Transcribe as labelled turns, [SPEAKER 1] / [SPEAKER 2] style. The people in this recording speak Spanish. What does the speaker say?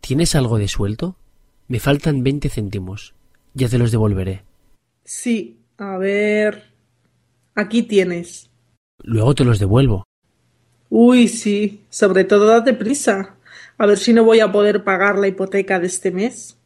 [SPEAKER 1] ¿Tienes algo de suelto? Me faltan veinte céntimos. Ya te los devolveré.
[SPEAKER 2] Sí, a ver. Aquí tienes.
[SPEAKER 1] Luego te los devuelvo.
[SPEAKER 2] Uy, sí. Sobre todo date prisa. A ver si no voy a poder pagar la hipoteca de este mes.